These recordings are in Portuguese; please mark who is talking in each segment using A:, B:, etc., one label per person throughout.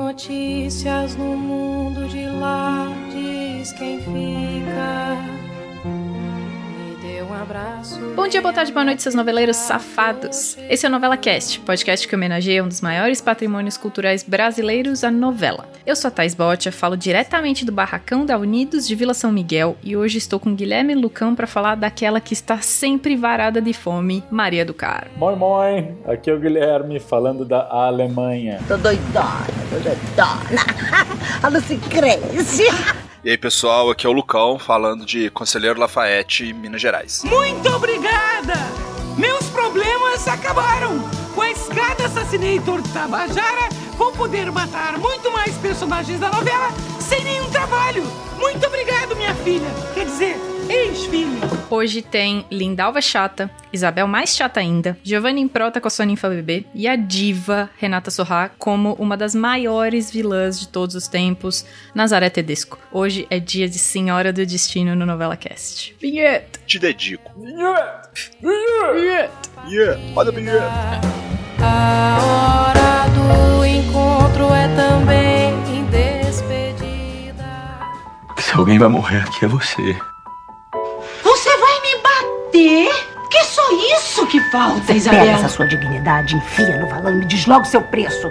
A: notícias no mundo de lá, diz quem fica. Me dê um abraço.
B: Bom dia, boa tarde, boa noite, seus noveleiros safados. Esse é o Novela Cast, podcast que homenageia um dos maiores patrimônios culturais brasileiros, a novela. Eu sou a Thais Botia, falo diretamente do barracão da Unidos de Vila São Miguel e hoje estou com Guilherme Lucão para falar daquela que está sempre varada de fome, Maria do Carmo.
C: Moi, moi! Aqui é o Guilherme falando da Alemanha.
D: Tô doidona, tô doidona. Alucicreze.
E: E aí, pessoal, aqui é o Lucão falando de Conselheiro Lafayette, Minas Gerais.
F: Muito obrigada! Meus problemas acabaram! Com a escada Assassinator Tabajara, vou poder matar muito mais personagens da novela sem nenhum trabalho! Muito obrigado, minha filha! Quer dizer, ex-filha!
B: Hoje tem Lindalva Chata, Isabel mais chata ainda, Giovanna Improta com a sua ninfa bebê e a diva Renata Sorrá como uma das maiores vilãs de todos os tempos, Nazaré Tedesco. Hoje é dia de Senhora do Destino no Novela Cast. Vinheta!
E: Te dedico.
B: Vinheta!
E: Yeah, olha a vinheta.
A: A hora do encontro é também indespedida.
G: Se alguém vai morrer aqui é você.
H: Você vai me bater? Que só isso que falta,
D: Pega
H: Isabel?
D: essa sua dignidade, enfia no valame, diz logo seu preço.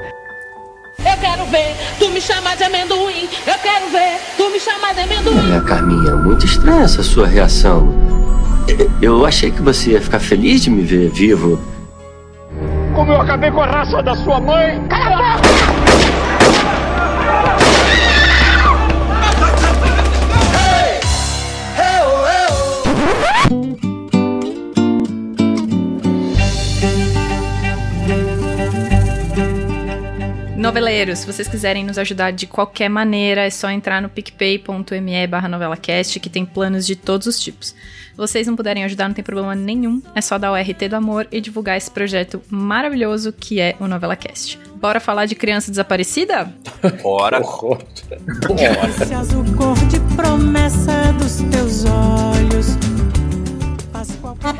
F: Eu quero ver tu me chamar de amendoim! Eu quero ver tu me chamar de amendoim!
I: Olha, Carminha, é muito estranha essa sua reação. E- Eu achei que você ia ficar feliz de me ver vivo.
C: Como eu acabei com a raça da sua mãe!
B: Noveleiros, se vocês quiserem nos ajudar de qualquer maneira, é só entrar no picpay.me barra novelacast, que tem planos de todos os tipos. Se vocês não puderem ajudar, não tem problema nenhum, é só dar o RT do amor e divulgar esse projeto maravilhoso que é o Novela Cast. Bora falar de criança desaparecida?
E: Bora.
C: Horror.
A: Esse azul cor de promessa dos teus olhos. Faz qualquer...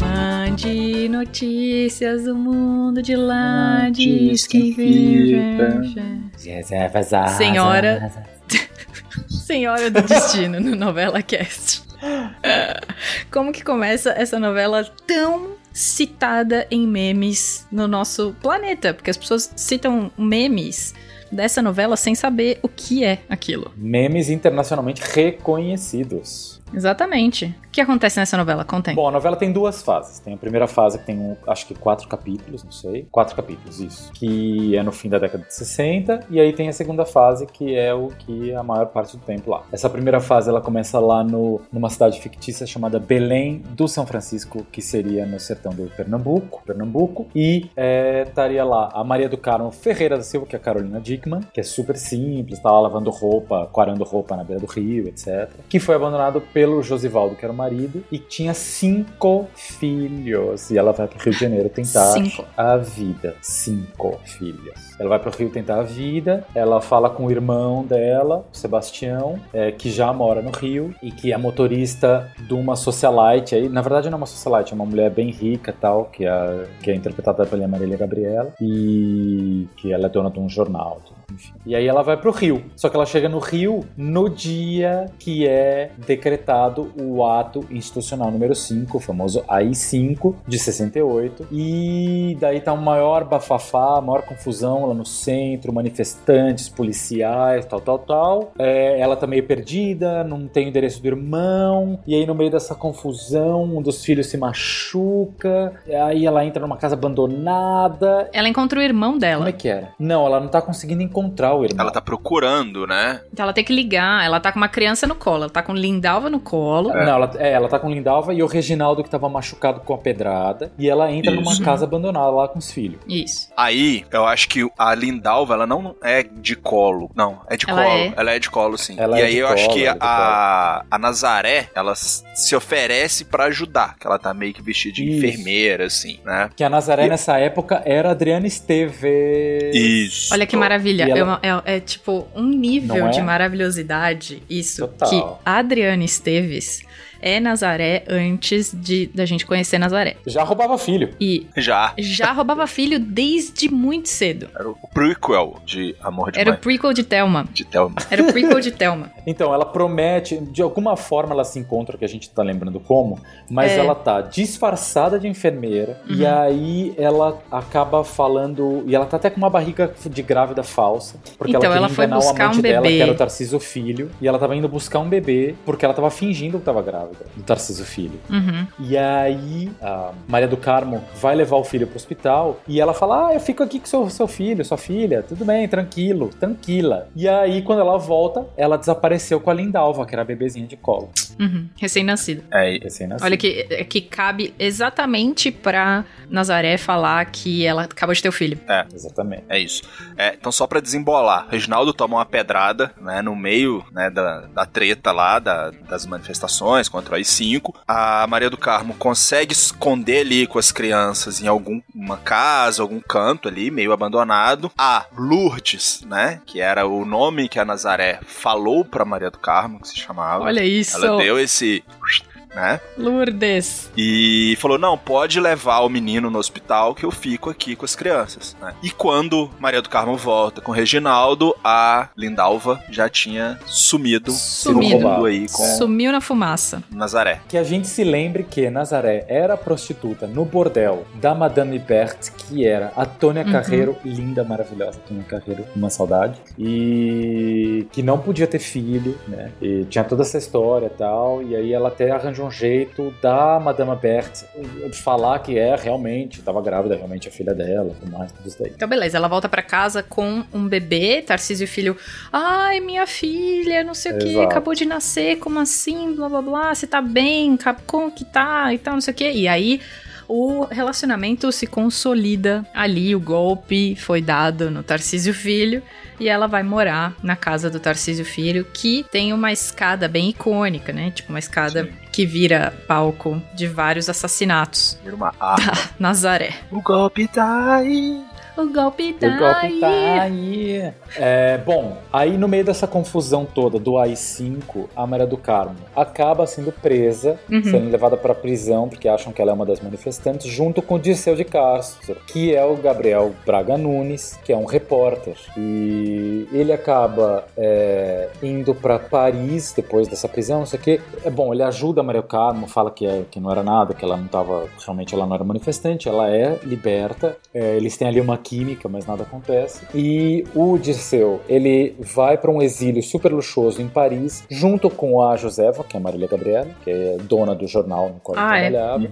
B: Mande notícias do mundo de lá, diz
C: Diz
B: quem
C: quem
B: veja. Senhora. Senhora do Destino no Novela Cast. Como que começa essa novela tão citada em memes no nosso planeta? Porque as pessoas citam memes dessa novela sem saber o que é aquilo.
C: Memes internacionalmente reconhecidos.
B: Exatamente. O que acontece nessa novela? Contem.
C: Bom, a novela tem duas fases. Tem a primeira fase que tem, um, acho que, quatro capítulos, não sei. Quatro capítulos, isso. Que é no fim da década de 60. E aí tem a segunda fase, que é o que é a maior parte do tempo lá. Essa primeira fase, ela começa lá no, numa cidade fictícia chamada Belém do São Francisco, que seria no sertão do Pernambuco. Pernambuco. E é, estaria lá a Maria do Carmo Ferreira da Silva, que é a Carolina Dickman, que é super simples, tá lá lavando roupa, quarando roupa na beira do rio, etc. Que foi abandonado pelo Josivaldo, que era o marido, e tinha cinco filhos. E ela vai pro Rio de Janeiro tentar
B: Cinco.
C: a vida. Cinco filhas. Ela vai pro Rio tentar a vida, ela fala com o irmão dela, o Sebastião, é, que já mora no Rio e que é motorista de uma socialite aí. Na verdade, não é uma socialite, é uma mulher bem rica e tal, que é, que é interpretada pela Marília Gabriela e que ela é dona de um jornal. Enfim. E aí ela vai pro Rio. Só que ela chega no Rio no dia que é decretado o ato institucional número 5, o famoso AI-5, de 68. E daí tá o maior bafafá, a maior confusão lá no centro, manifestantes, policiais, tal, tal, tal. É, ela tá meio perdida, não tem o endereço do irmão. E aí no meio dessa confusão, um dos filhos se machuca. E aí ela entra numa casa abandonada.
B: Ela encontra o irmão
C: Como
B: dela.
C: é que era? Não, ela não tá conseguindo encontrar o irmão.
E: Ela tá procurando, né?
B: Então ela tem que ligar. Ela tá com uma criança no colo. Ela tá com Lindalva no colo.
C: Não, ela, é, ela tá com o Lindalva e o Reginaldo que tava machucado com a pedrada. E ela entra numa
E: Isso.
C: casa abandonada lá com os filhos.
B: Isso.
E: Aí, eu acho que a Lindalva, ela não é de colo. Não, é de
B: Ela
E: colo.
B: é.
E: Ela é de colo, sim.
C: Ela
E: e
C: é
E: aí
C: de
E: eu acho
C: colo,
E: que
C: ela é de
E: a, a Nazaré, ela s- se oferece pra ajudar. Que ela tá meio que vestida de
C: Isso.
E: enfermeira, assim, né?
C: Que a Nazaré nessa época era Adriana Esteves.
E: Isso.
B: Olha que maravilha.
C: E ela-
B: é, uma- é- é, tipo um nível
C: Não é?
B: de maravilhosidade isso
C: Total.
B: que a Adriana Esteves é Nazaré antes de da gente conhecer Nazaré.
C: Já roubava filho.
B: E
E: Já.
B: já roubava filho desde muito cedo.
E: Era o prequel de Amor de
B: Era o
E: Mãe.
B: prequel de Thelma.
E: De Thelma.
B: Era o prequel de Thelma.
C: Então, ela promete, de alguma forma ela se encontra, que a gente tá lembrando como, mas
B: É.
C: ela tá disfarçada de enfermeira, e
B: Uhum.
C: aí ela acaba falando. E ela tá até com uma barriga de grávida falsa, porque
B: Então,
C: ela
B: ela
C: queria
B: foi
C: enganar o
B: buscar
C: amante
B: um
C: dela, que
B: bebê.
C: era o Tarcísio Filho, e ela tava indo buscar um bebê, porque ela tava fingindo que tava grávida, do Tarcísio Filho.
B: Uhum.
C: E aí, a Maria do Carmo vai levar o filho pro hospital e ela fala: Ah, eu fico aqui com seu, seu filho, sua filha, tudo bem, tranquilo, tranquila. E aí, quando ela volta, ela desapareceu com a Lindalva, que era a bebezinha de colo.
B: Uhum. Recém-nascido.
E: É,
C: Assim.
B: Olha que, é que cabe exatamente pra Nazaré falar que ela acabou de ter o filho.
C: Exatamente.
E: É isso. É, então, só pra desembolar, Reginaldo toma uma pedrada, né, no meio, né, da, da treta lá, da- das manifestações contra o AI-5. A Maria do Carmo consegue esconder ali com as crianças em alguma casa, algum canto ali, meio abandonado. A Lourdes, né, que era o nome que a Nazaré falou pra Maria do Carmo, que se chamava.
B: Olha isso,
E: Ela deu esse... Né?
B: Lourdes.
E: E falou: não, pode levar o menino no hospital que eu fico aqui com as crianças. né? E quando Maria do Carmo volta com o Reginaldo, a Lindalva já tinha sumido.
B: Sumido.
E: no mundo aí com
B: Sumiu na fumaça.
E: Nazaré.
C: Que a gente se lembre que Nazaré era prostituta no bordel da Madame Bert, que era a Tônia
B: Uhum.
C: Carreiro, linda, maravilhosa Tônia Carreiro, uma saudade. E que não podia ter filho, né? E tinha toda essa história e tal. E aí ela até arranjou um jeito da Madame Bert falar que é realmente, tava grávida, realmente a filha dela, tudo mais, tudo isso daí.
B: Então, beleza, ela volta pra casa com um bebê, Tarcísio Filho. Ai, minha filha, não sei o que,
C: Exato.
B: acabou de nascer, como assim, blá blá blá, você tá bem, Ca- como que tá e tal, não sei o que. E aí o relacionamento se consolida ali, o golpe foi dado no Tarcísio Filho e ela vai morar na casa do Tarcísio Filho, que tem uma escada bem icônica, né? Tipo, uma escada que vira palco de vários assassinatos.
E: Vira uma arma.
B: Tá. Nazaré.
E: o golpe tá aí.
B: O golpe
C: O golpe tá
B: daí.
C: aí. É, bom, aí no meio dessa confusão toda do AI-5, a Maria do Carmo acaba sendo presa,
B: Uhum.
C: sendo levada pra prisão, porque acham que ela é uma das manifestantes, junto com o Dirceu de Castro, que é o Gabriel Braga Nunes, que é um repórter. E ele acaba é, indo pra Paris depois dessa prisão, não sei o quê. É bom, ele ajuda a Maria do Carmo, fala que, é- que não era nada, que ela não tava, realmente ela não era manifestante, ela é liberta, é, eles têm ali uma química, mas nada acontece. E o Dirceu, ele vai para um exílio super luxuoso em Paris, junto com a Josefa, que é a Marília Gabriela, que é dona do jornal no qual ele
B: Ah, é.
C: trabalhava.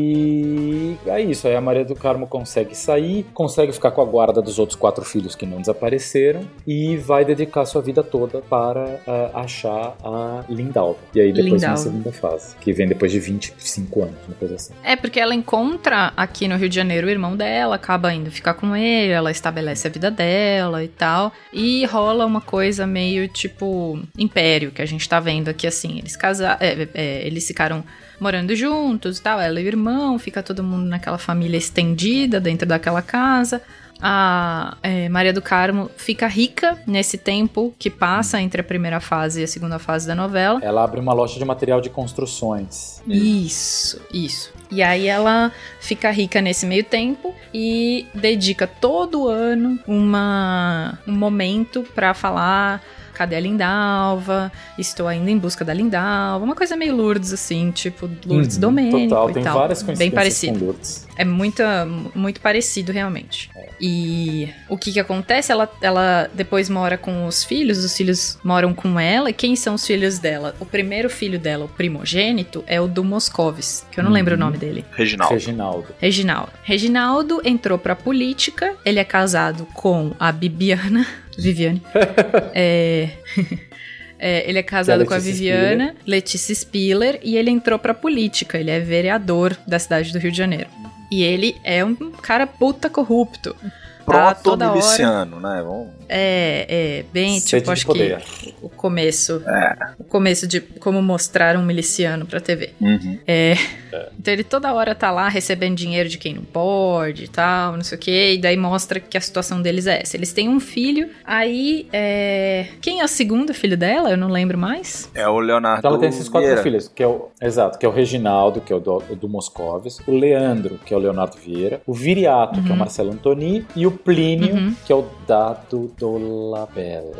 C: E é isso, aí a Maria do Carmo consegue sair, consegue ficar com a guarda dos outros quatro filhos que não desapareceram e vai dedicar sua vida toda para ah, achar a Lindalva. E aí depois uma
B: Lindalva.
C: segunda fase, que vem depois de 25 anos, uma coisa assim.
B: É, porque ela encontra aqui no Rio de Janeiro o irmão dela, acaba indo ficar com ele, ela estabelece a vida dela e tal. E rola uma coisa meio tipo império, que a gente tá vendo aqui assim. Eles casaram, eles ficaram morando juntos e tal, ela e o irmão, fica todo mundo naquela família estendida dentro daquela casa. A é, Maria do Carmo fica rica nesse tempo que passa entre a primeira fase e a segunda fase da novela.
C: Ela abre uma loja de material de construções.
B: Isso, isso. E aí ela fica rica nesse meio tempo e dedica todo ano uma, um momento pra falar cadê a Lindalva, estou ainda em busca da Lindalva, uma coisa meio Lourdes assim, tipo Lourdes
C: Uhum,
B: Domênico
C: Total,
B: e
C: tem
B: tal.
C: várias
B: Bem
C: coincidências
B: parecido.
C: com Lourdes.
B: É muito, muito parecido, realmente. E o que que acontece? Ela, ela depois mora com os filhos, os filhos moram com ela. E quem são os filhos dela? O primeiro filho dela, o primogênito, é o do Moscovis, que eu não lembro o
C: Uhum.
B: nome dele.
E: Reginaldo.
C: Reginaldo.
B: Reginaldo. Reginaldo entrou pra política, ele é casado com a Bibiana. Viviane. É, é, ele é casado
C: Que é
B: com a
C: Letícia
B: Viviana, Letícia Spiller, e ele entrou pra política. Ele é vereador da cidade do Rio de Janeiro. E ele é um cara puta corrupto. matar toda hora.
E: proto-miliciano, né? Vamos...
B: É, é, bem,
C: Sede
B: tipo,
C: de
B: acho
C: poder.
B: que o começo,
E: É.
B: o começo de como mostrar um miliciano pra TV.
E: Uhum.
B: É. Então ele toda hora tá lá recebendo dinheiro de quem não pode e tal, não sei o que, e daí mostra que a situação deles é essa. Eles têm um filho, aí é. Quem é o segundo filho dela? Eu não lembro mais.
E: É o Leonardo.
C: Então ela tem esses quatro
E: Vieira.
C: filhos, que é o. Exato, que é o Reginaldo, que é o do, do Moscovis, o Leandro, que é o Leonardo Vieira, o Viriato, que é o Marcelo Antoni, e o Plínio,
B: Uhum.
C: que é o Dado Dolabella.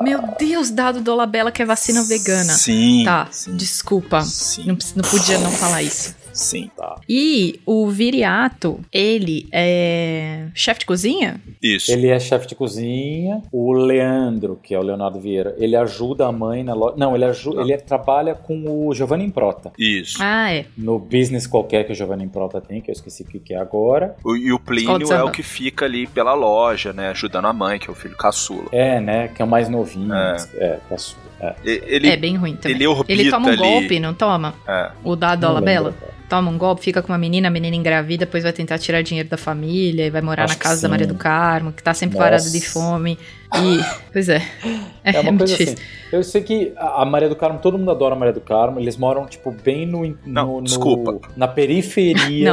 B: Meu Deus, dado Dolabella que é vacina vegana.
E: Sim.
B: tá,
E: Sim.
B: desculpa.
E: Sim.
B: Não, precis- não podia não falar isso.
E: Sim.
B: E o Viriato, ele é chefe de cozinha?
E: Isso.
C: Ele é chefe de cozinha. O Leandro, que é o Leonardo Vieira, ele ajuda a mãe na loja. Não, ele ajuda, ele trabalha com o Giovanni Improta.
E: Isso.
B: Ah, é.
C: No business qualquer que o Giovanni Improta tem, que eu esqueci o que que é agora.
E: O- e o
B: Escola de
E: Plínio é
B: samba.
E: o que fica ali pela loja, né? Ajudando a mãe, que é o filho caçula.
C: É, né? Que é o mais novinho.
E: É.
C: É, tá su- é.
E: E- Ele,
B: é bem ruim também.
E: ele orbita
B: Ele toma um
E: ali.
B: golpe, não toma?
E: É.
B: O dado
C: Não
B: Dolabella?
C: lembro.
B: toma um golpe, fica com uma menina, a menina engravida, depois vai tentar tirar dinheiro da família e vai morar
C: Acho
B: na
C: que
B: casa da
C: sim.
B: Maria do Carmo, que tá sempre
C: Nossa.
B: varada de fome. E. Pois é. É,
C: É uma
B: muito
C: coisa
B: difícil.
C: assim. Eu sei que a a Maria do Carmo, todo mundo adora a Maria do Carmo. Eles moram, tipo, bem no. in-
E: Não,
C: no- no-
E: desculpa.
C: Na periferia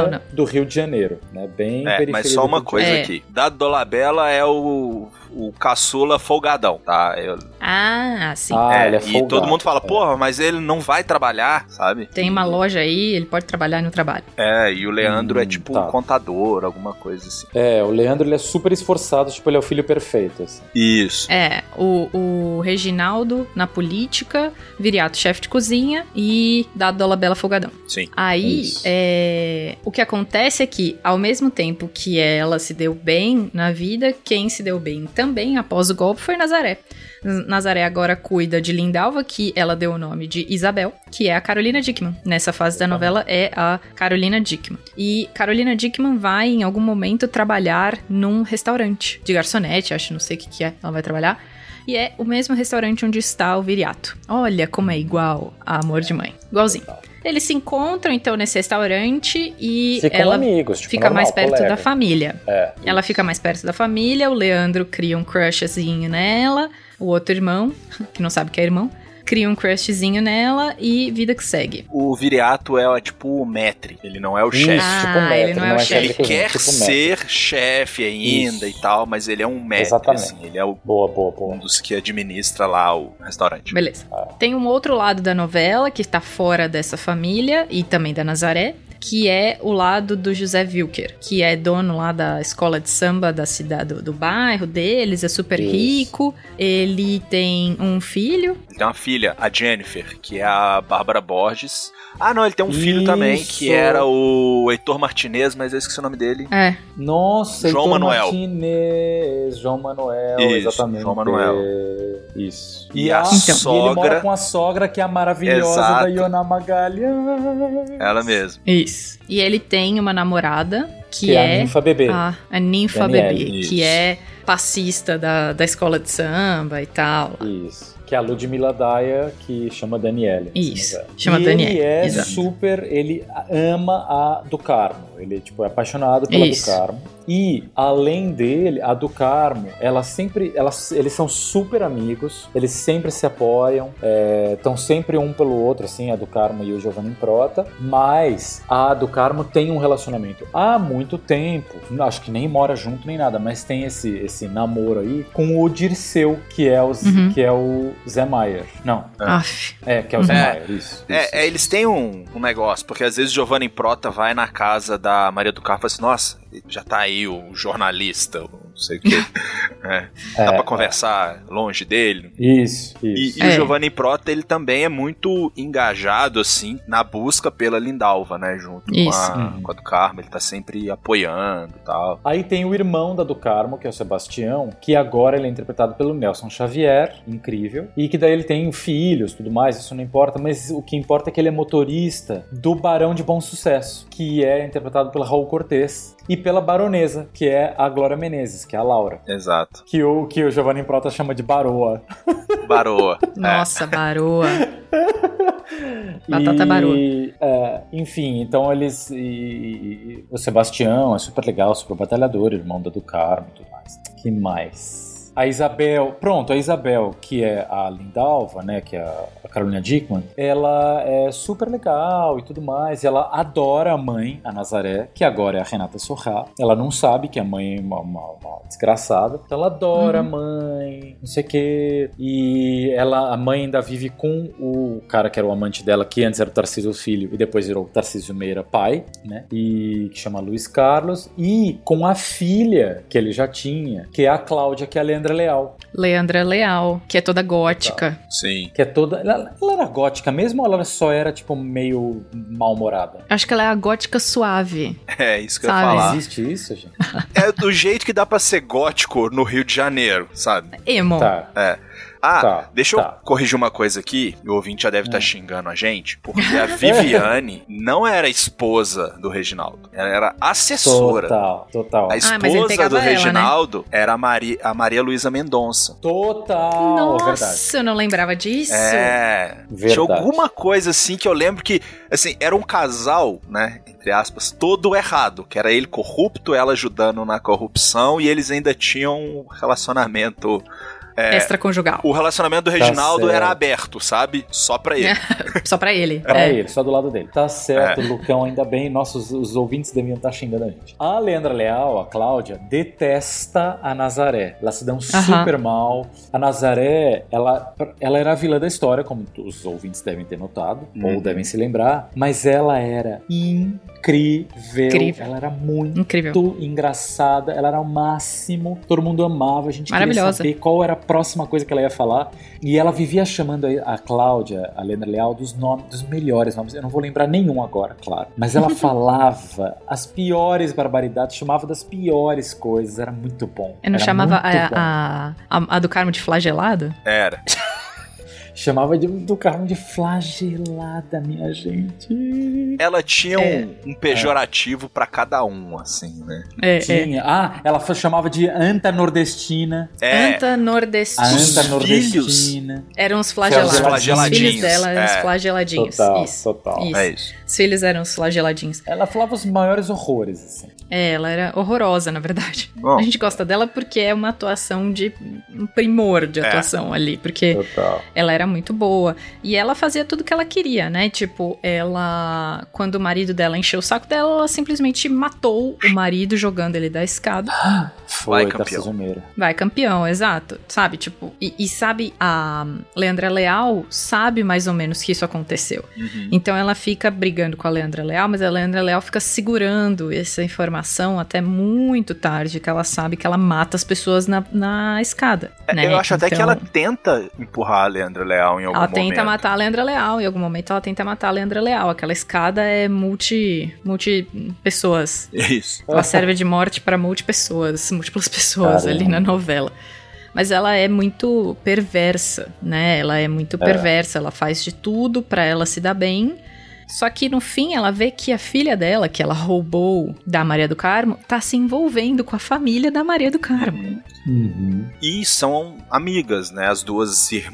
B: Não, não.
C: do Rio de Janeiro. Né? Bem
E: É,
C: periferia.
E: mas só
C: do
E: uma
C: Rio de
E: coisa
B: É.
E: aqui. Dado Dolabella é o, o caçula folgadão, tá? Eu-
B: Ah, sim.
C: Janeiro. Ah,
E: é,
C: ele é
E: e todo
C: folgado.
E: mundo fala, porra, mas ele não vai trabalhar, sabe?
B: Tem uma loja aí, ele pode trabalhar e não trabalha.
E: É, e o Leandro
C: Hum,
E: é tipo
C: tá.
E: um contador, alguma coisa assim.
C: É, o Leandro ele é super esforçado, tipo, ele é o filho perfeito. assim.
E: Isso.
B: É, o, o Reginaldo na política, Viriato chefe de cozinha e Dado Dolabella folgadão.
E: Sim.
B: Aí,
C: Isso.
B: é, o que acontece é que, ao mesmo tempo que ela se deu bem na vida, quem se deu bem também após o golpe foi Nazaré. N- Nazaré agora cuida de Lindalva, que ela deu o nome de Isabel, que é a Carolina Dickman. Nessa fase da novela é a Carolina Dickman. E Carolina Dickman vai, em algum momento, trabalhar num restaurante de garçonete, acho, não sei o que, que é, ela vai trabalhar. E é o mesmo restaurante onde está o Viriato. Olha como é igual a Amor de Mãe. Igualzinho. Eles se encontram, então, nesse restaurante e
C: Ficam
B: ela
C: amigos, tipo,
B: fica
C: normal,
B: mais perto
C: colega.
B: da família.
C: É.
B: Ela fica mais perto da família, o Leandro cria um crushzinho nela, o outro irmão, que não sabe que é irmão, cria um crushzinho nela e vida que segue.
E: O Viriato é, é tipo o Metri, ele não é o
C: Isso,
E: chefe.
B: Ah,
C: tipo,
B: ele
C: mestre,
B: não é o chefe.
E: Ele
C: que a gente,
E: quer
C: tipo, mestre.
E: ser chefe ainda
C: Isso.
E: e tal, mas ele é um mestre,
C: Exatamente.
E: assim, ele é o-
C: Boa, boa,
E: um
C: boa.
E: dos que administra lá o restaurante.
B: Beleza. Tem um outro lado da novela que tá fora dessa família e também da Nazaré, que é o lado do José Wilker, que é dono lá da escola de samba da cidade do, do bairro deles, é super
C: Isso.
B: rico. Ele tem um filho,
E: Ele tem uma filha, a Jennifer, que é a Bárbara Borges. Ah, não, ele tem um filho
C: Isso.
E: também, que era o Heitor Martinez, mas eu esqueci o nome dele.
B: é,
C: Nossa,
E: João
C: Heitor
E: Manuel.
C: Martinez, João Manuel,
E: Isso,
C: exatamente.
E: João Manuel.
C: Isso.
E: E a
B: Então.
C: E ele mora
E: sogra,
C: com a sogra, que é a maravilhosa
E: Exato.
C: da Iona Magalhães.
E: ela mesma.
B: Isso. E ele tem uma namorada que,
C: Que é a
B: é,
C: ninfa bebê.
B: a, a ninfa
C: Daniele,
B: bebê,
E: isso.
B: que é passista da, da escola de samba e tal.
C: Isso. Que é a Ludmilla Daya, que chama Daniele.
B: Isso,
C: Essa novela.
B: chama
C: e Ele
B: Daniele,
C: é
B: exato.
C: super. Ele ama a do Carmo. Ele tipo, é apaixonado pela
B: Isso.
C: do Carmo. E, além dele, a do Carmo, ela sempre. Ela, eles são super amigos. Eles sempre se apoiam. Estão sempre um pelo outro, assim, a do Carmo e o Giovanni Prota. Mas a do Carmo tem um relacionamento há muito tempo. Acho que nem mora junto nem nada, mas tem esse, esse namoro aí com o Dirceu, que é o, Z-
B: Uhum.
C: que é o Zé Maier. Não,
B: Aff.
C: é, que é o Zé
E: É.
C: Maier, isso. isso.
E: É, é, eles têm um, um negócio, porque às vezes Giovanni Prota vai na casa da Maria do Carmo e fala assim, nossa, já tá aí o jornalista, o não sei o que. Dá
C: É,
E: pra conversar longe dele.
C: Isso,
E: E,
C: isso.
E: e o
B: É.
E: Giovanni Prota, ele também é muito engajado, assim, na busca pela Lindalva, né? Junto com
B: Isso.
E: a,
C: Uhum.
E: com a do Carmo, ele tá sempre apoiando e tal.
C: Aí tem o irmão da do Carmo, que é o Sebastião, que agora ele é interpretado pelo Nelson Xavier, incrível, e que daí ele tem filhos, tudo mais, isso não importa, mas o que importa é que ele é motorista do Barão de Bom Sucesso, que é interpretado pelo Raul Cortez, e pela Baronesa, que é a Glória Menezes, que é a Laura.
E: Exato.
C: Que o, que o Giovanni Prota chama de Baroa.
B: É.
E: Baroa.
B: Nossa, baroa. Batata Baru.
C: é, enfim, então eles. e- e- e o Sebastião é super legal, super batalhador, irmão da do Carmo e tudo mais. Que mais? A Isabel, pronto, a Isabel, que é a Lindalva, né, que é a a Carolina Dickman, ela é super legal e tudo mais, e ela adora a mãe, a Nazaré, que agora é a Renata Sorrá, ela não sabe que a mãe é uma, uma- uma desgraçada, então ela adora a mãe, não sei o quê, e ela, a mãe ainda vive com o cara que era o amante dela, que antes era o Tarcísio Filho, e depois virou o Tarcísio Meira pai, né, e que chama Luiz Carlos, e com a filha que ele já tinha, que é a Cláudia, que é a Leandra Leal.
B: Leandra Leal, que é toda gótica.
E: Sim.
C: Que é toda. Ela, ela era gótica mesmo ou ela só era, tipo, meio mal-humorada?
B: Acho que ela é a gótica suave.
E: É isso que eu ia
B: Sabe?
E: falar.
C: Existe isso, gente?
E: É do jeito que dá pra ser gótico no Rio de Janeiro, sabe?
B: Emo.
C: Tá.
E: Ah,
C: Tá,
E: deixa eu
C: tá. Hum.
E: corrigir uma coisa aqui. O ouvinte já deve estar xingando a gente, porque a Viviane não era esposa do Reginaldo. Ela era assessora.
C: Total, total.
B: Ah,
E: A
B: mas ele
E: esposa
B: pegava
E: do
B: ela, né?
E: Reginaldo era a, Mari, a Maria Luísa Mendonça.
C: Total, é Oh, verdade.
B: Nossa, eu não lembrava disso.
E: É. Tinha
C: Verdade.
E: alguma coisa assim que eu lembro que, assim, era um casal, né? Entre aspas, todo errado. Que era ele corrupto, ela ajudando na corrupção e eles ainda tinham um relacionamento. É,
B: Extraconjugal.
E: o relacionamento do Reginaldo
C: Tá certo.
E: era aberto, sabe? Só pra ele.
B: Só pra ele.
C: Pra
B: É.
C: ele, só do lado dele. Tá certo, Lucão, ainda bem. Nossos os ouvintes deviam estar xingando a gente. A Leandra Leal, a Cláudia, detesta a Nazaré. Elas se dão super mal. A Nazaré, ela, ela era a vilã da história, como os ouvintes devem ter notado, ou devem se lembrar. Mas ela era incrível.
B: Incrível.
C: Ela era muito
B: Incrível.
C: engraçada, ela era o máximo, todo mundo amava, a gente queria
B: Maravilhosa.
C: saber qual era a próxima coisa que ela ia falar. E ela vivia chamando a a Cláudia, a Leandra Leal, dos nomes, dos melhores nomes. Eu não vou lembrar nenhum agora, claro. Mas ela falava as piores barbaridades, chamava das piores coisas, era muito bom.
B: Eu não
C: Era
B: chamava
C: muito bom.
B: a, a, a, a do Carmo de flagelado?
E: Era.
C: Chamava de- do Carmo de flagelada, minha gente.
E: Ela tinha um-
B: É.
E: um, pejorativo pra cada um, assim, né?
B: É, é.
C: Tinha. Ah, ela fa- chamava de anta nordestina.
E: É.
B: Anta
C: A
E: Os
B: nordestina.
C: anta
E: filhos.
C: nordestina.
B: Eram os flagelados.
C: Os
E: flageladinhos,
B: Os filhos dela eram
E: é.
B: os flageladinhos.
C: Total,
B: Isso.
C: total.
B: Isso.
E: É isso.
B: Os filhos eram os flageladinhos.
C: Ela falava os maiores horrores, assim.
B: É, ela era horrorosa, na verdade.
E: Bom.
B: A gente gosta dela porque é uma atuação de um primor de
E: É.
B: atuação ali, porque
C: Total.
B: ela era muito boa. E ela fazia tudo que ela queria, né? Tipo, ela. Quando o marido dela encheu o saco dela, ela simplesmente matou o marido jogando ele da escada.
C: Foi,
E: Vai, campeão.
C: Tarcísio Meira.
B: Vai campeão, exato. Sabe? Tipo, e, e sabe, a Leandra Leal sabe mais ou menos que isso aconteceu.
E: Uhum.
B: Então ela fica brigando com a Leandra Leal, mas a Leandra Leal fica segurando essa informação até muito tarde, que ela sabe que ela mata as pessoas na, na escada. né?
E: É, Eu acho até que
B: Então,
E: ela tenta empurrar a Leandra Leal em algum
B: Ela
E: momento.
B: tenta matar a Leandra Leal, em algum momento ela tenta matar a Leandra Leal. Aquela escada é multi. multi. pessoas.
E: Isso.
B: Ela serve de morte para multi pessoas, múltiplas pessoas
C: Caramba.
B: ali na novela. Mas ela é muito perversa, né? Ela é muito perversa, ela faz de tudo pra ela se dar bem. Só que no fim ela vê que a filha dela, que ela roubou da Maria do Carmo, tá se envolvendo com a família da Maria do Carmo.
C: Uhum.
E: E são amigas, né? As duas ir-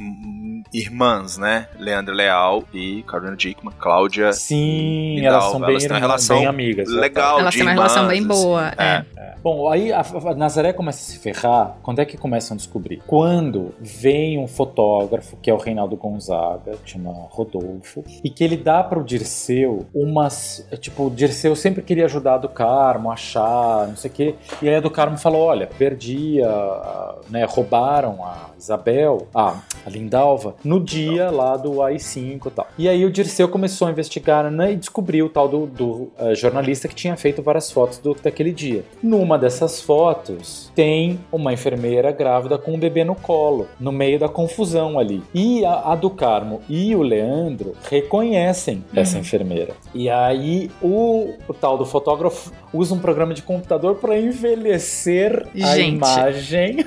E: irmãs, né? Leandra Leal e Carolina Dickman, Cláudia.
C: Sim,
E: E
C: elas
E: Dalva,
C: são bem,
E: É. elas têm uma
C: irmãs,
E: relação
C: bem amigas. né?
E: Legal,
B: Ela
E: de
B: tem uma
E: irmãs,
B: relação bem
E: assim.
B: boa. é.
C: Bom, aí a, a Nazaré começa a se ferrar. Quando é que começam a descobrir? Quando vem um fotógrafo, que é o Reinaldo Gonzaga, que chama Rodolfo, e que ele dá pro Dirceu umas. Tipo, o Dirceu sempre queria ajudar a do Carmo, achar, não sei o quê. E aí a do Carmo falou: olha, perdi, a- a- né, roubaram a Isabel, Ah, a, a Lindalva, no dia lá do AI5 e tal. E aí o Dirceu começou a investigar né, e descobriu o tal do, do eh, jornalista que tinha feito várias fotos do, daquele dia. Numa dessas fotos tem uma enfermeira grávida com um bebê no colo, no meio da confusão ali. E a, a do Carmo e o Leandro reconhecem essa enfermeira. E aí o, o tal do fotógrafo usa um programa de computador para envelhecer a
B: Gente.
C: imagem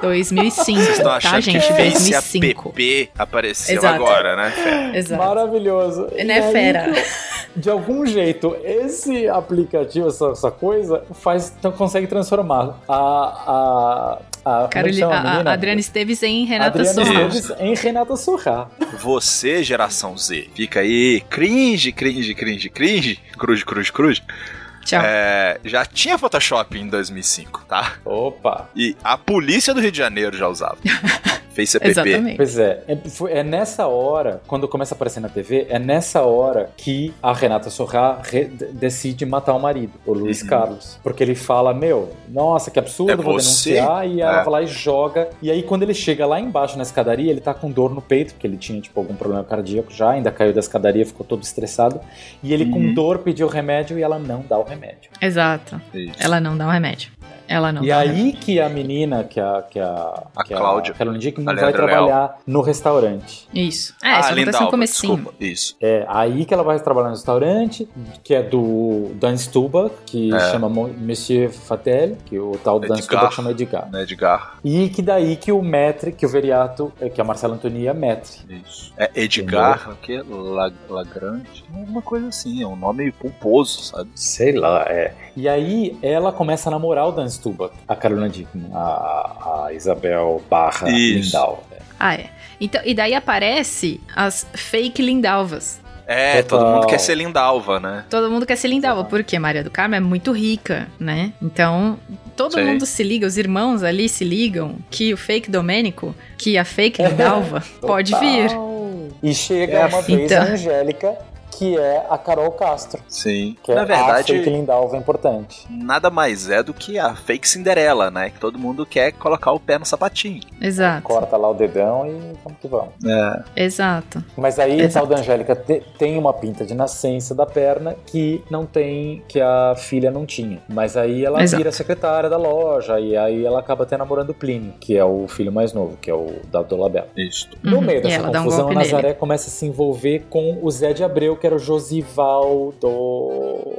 B: 2005,
E: Vocês estão
B: tá,
E: achando é
B: gente?
E: que Face
B: 2005.
E: app apareceu
B: Exato.
E: agora, né? Fé?
B: Exato.
C: Maravilhoso. E
B: Né,
C: aí,
B: fera?
C: De algum jeito, esse aplicativo, essa, essa coisa, faz, então consegue transformar a, a A,
B: Caroli-
C: Carolina,
B: a- a- Adriana Esteves em Renata
C: Adriana
B: Sorra.
C: Esteves em Renata Sorra.
E: Você, geração Z, fica aí cringe, cringe, cringe, cringe, cruz, cruz, cruz.
B: Tchau.
E: É, já tinha Photoshop em 2005, tá?
C: Opa!
E: E a polícia do Rio de Janeiro já usava. Face app.
B: Exatamente.
C: Pois é, é, foi- é nessa hora, quando começa a aparecer na TV, é nessa hora que a Renata Sorra re- de- decide matar o marido, o Luiz
E: Uhum.
C: Carlos. Porque ele fala, meu, nossa, que absurdo,
E: É
C: vou
E: você?
C: denunciar. E ela
E: É.
C: vai lá e joga. E aí, quando ele chega lá embaixo na escadaria, ele tá com dor no peito, porque ele tinha, tipo, algum problema cardíaco já, ainda caiu da escadaria, ficou todo estressado. E ele com
E: Uhum.
C: dor pediu remédio e ela não dá o remédio.
B: Exato.
E: Isso.
B: Ela não dá um remédio. Ela não
C: E
B: dá um
C: aí que a menina, que a, que a,
E: A
C: que
E: Cláudia.
C: a Carolina Dickman
E: A
C: vai
E: Leandra Leal.
C: trabalhar no restaurante.
B: remédio. Isso. É, isso acontece no
E: Alva,
B: comecinho.
E: Ah, desculpa. Isso.
C: É, aí que ela vai trabalhar no restaurante, que é do Dan Stuba, que chama Mon- Monsieur Fatel, que o tal do Dan
E: Edgar.
C: Stuba chama É. Edgar.
E: Né, Edgar?
C: E que daí que o Metre, que o Veriato, é, que a Marcela Antonia é Metre.
E: Isso. É Edgar, o quê? La- Lagrange? Alguma coisa assim, é um nome pomposo, sabe?
C: Sei lá, é. E aí ela começa a namorar o Dan Stuba, a Carolina Dickman, a, a Isabel Barra
E: Isso.
C: Lindau.
B: Ah, é. Então, e daí aparece as fake lindalvas.
E: É,
C: Total.
E: todo mundo quer ser Lindalva, né?
B: Todo mundo quer ser lindalva, porque Maria do Carmo é muito rica, né? Então, todo
E: Sei.
B: mundo se liga, os irmãos ali se ligam que o fake Domênico, que a fake lindalva pode vir.
C: E chega
E: É.
C: uma vez a
B: Então.
C: Angélica, que é a Carol Castro,
E: Sim.
C: que
E: Na
C: é
E: verdade,
C: a fake Lindalva importante.
E: nada mais é do que a fake Cinderela, né? Que todo mundo quer colocar o pé no sapatinho.
B: Exato,
C: Corta lá o dedão e vamos que vamos.
E: É.
B: exato.
C: Mas aí a
B: Exato.
C: tal da Angélica te- tem uma pinta de nascença da perna que não tem, que a filha não tinha. Mas aí ela
B: Exato.
C: vira secretária da loja e aí ela acaba até namorando o Plínio, que é o filho mais novo, que é o da Dolabella.
E: Isso.
C: No
B: Uhum.
C: meio
B: e
C: dessa
B: ela dá um
C: confusão, a
B: golpe
C: Nazaré
B: nele.
C: começa a se envolver com o Zé de Abreu, que era o Josivaldo.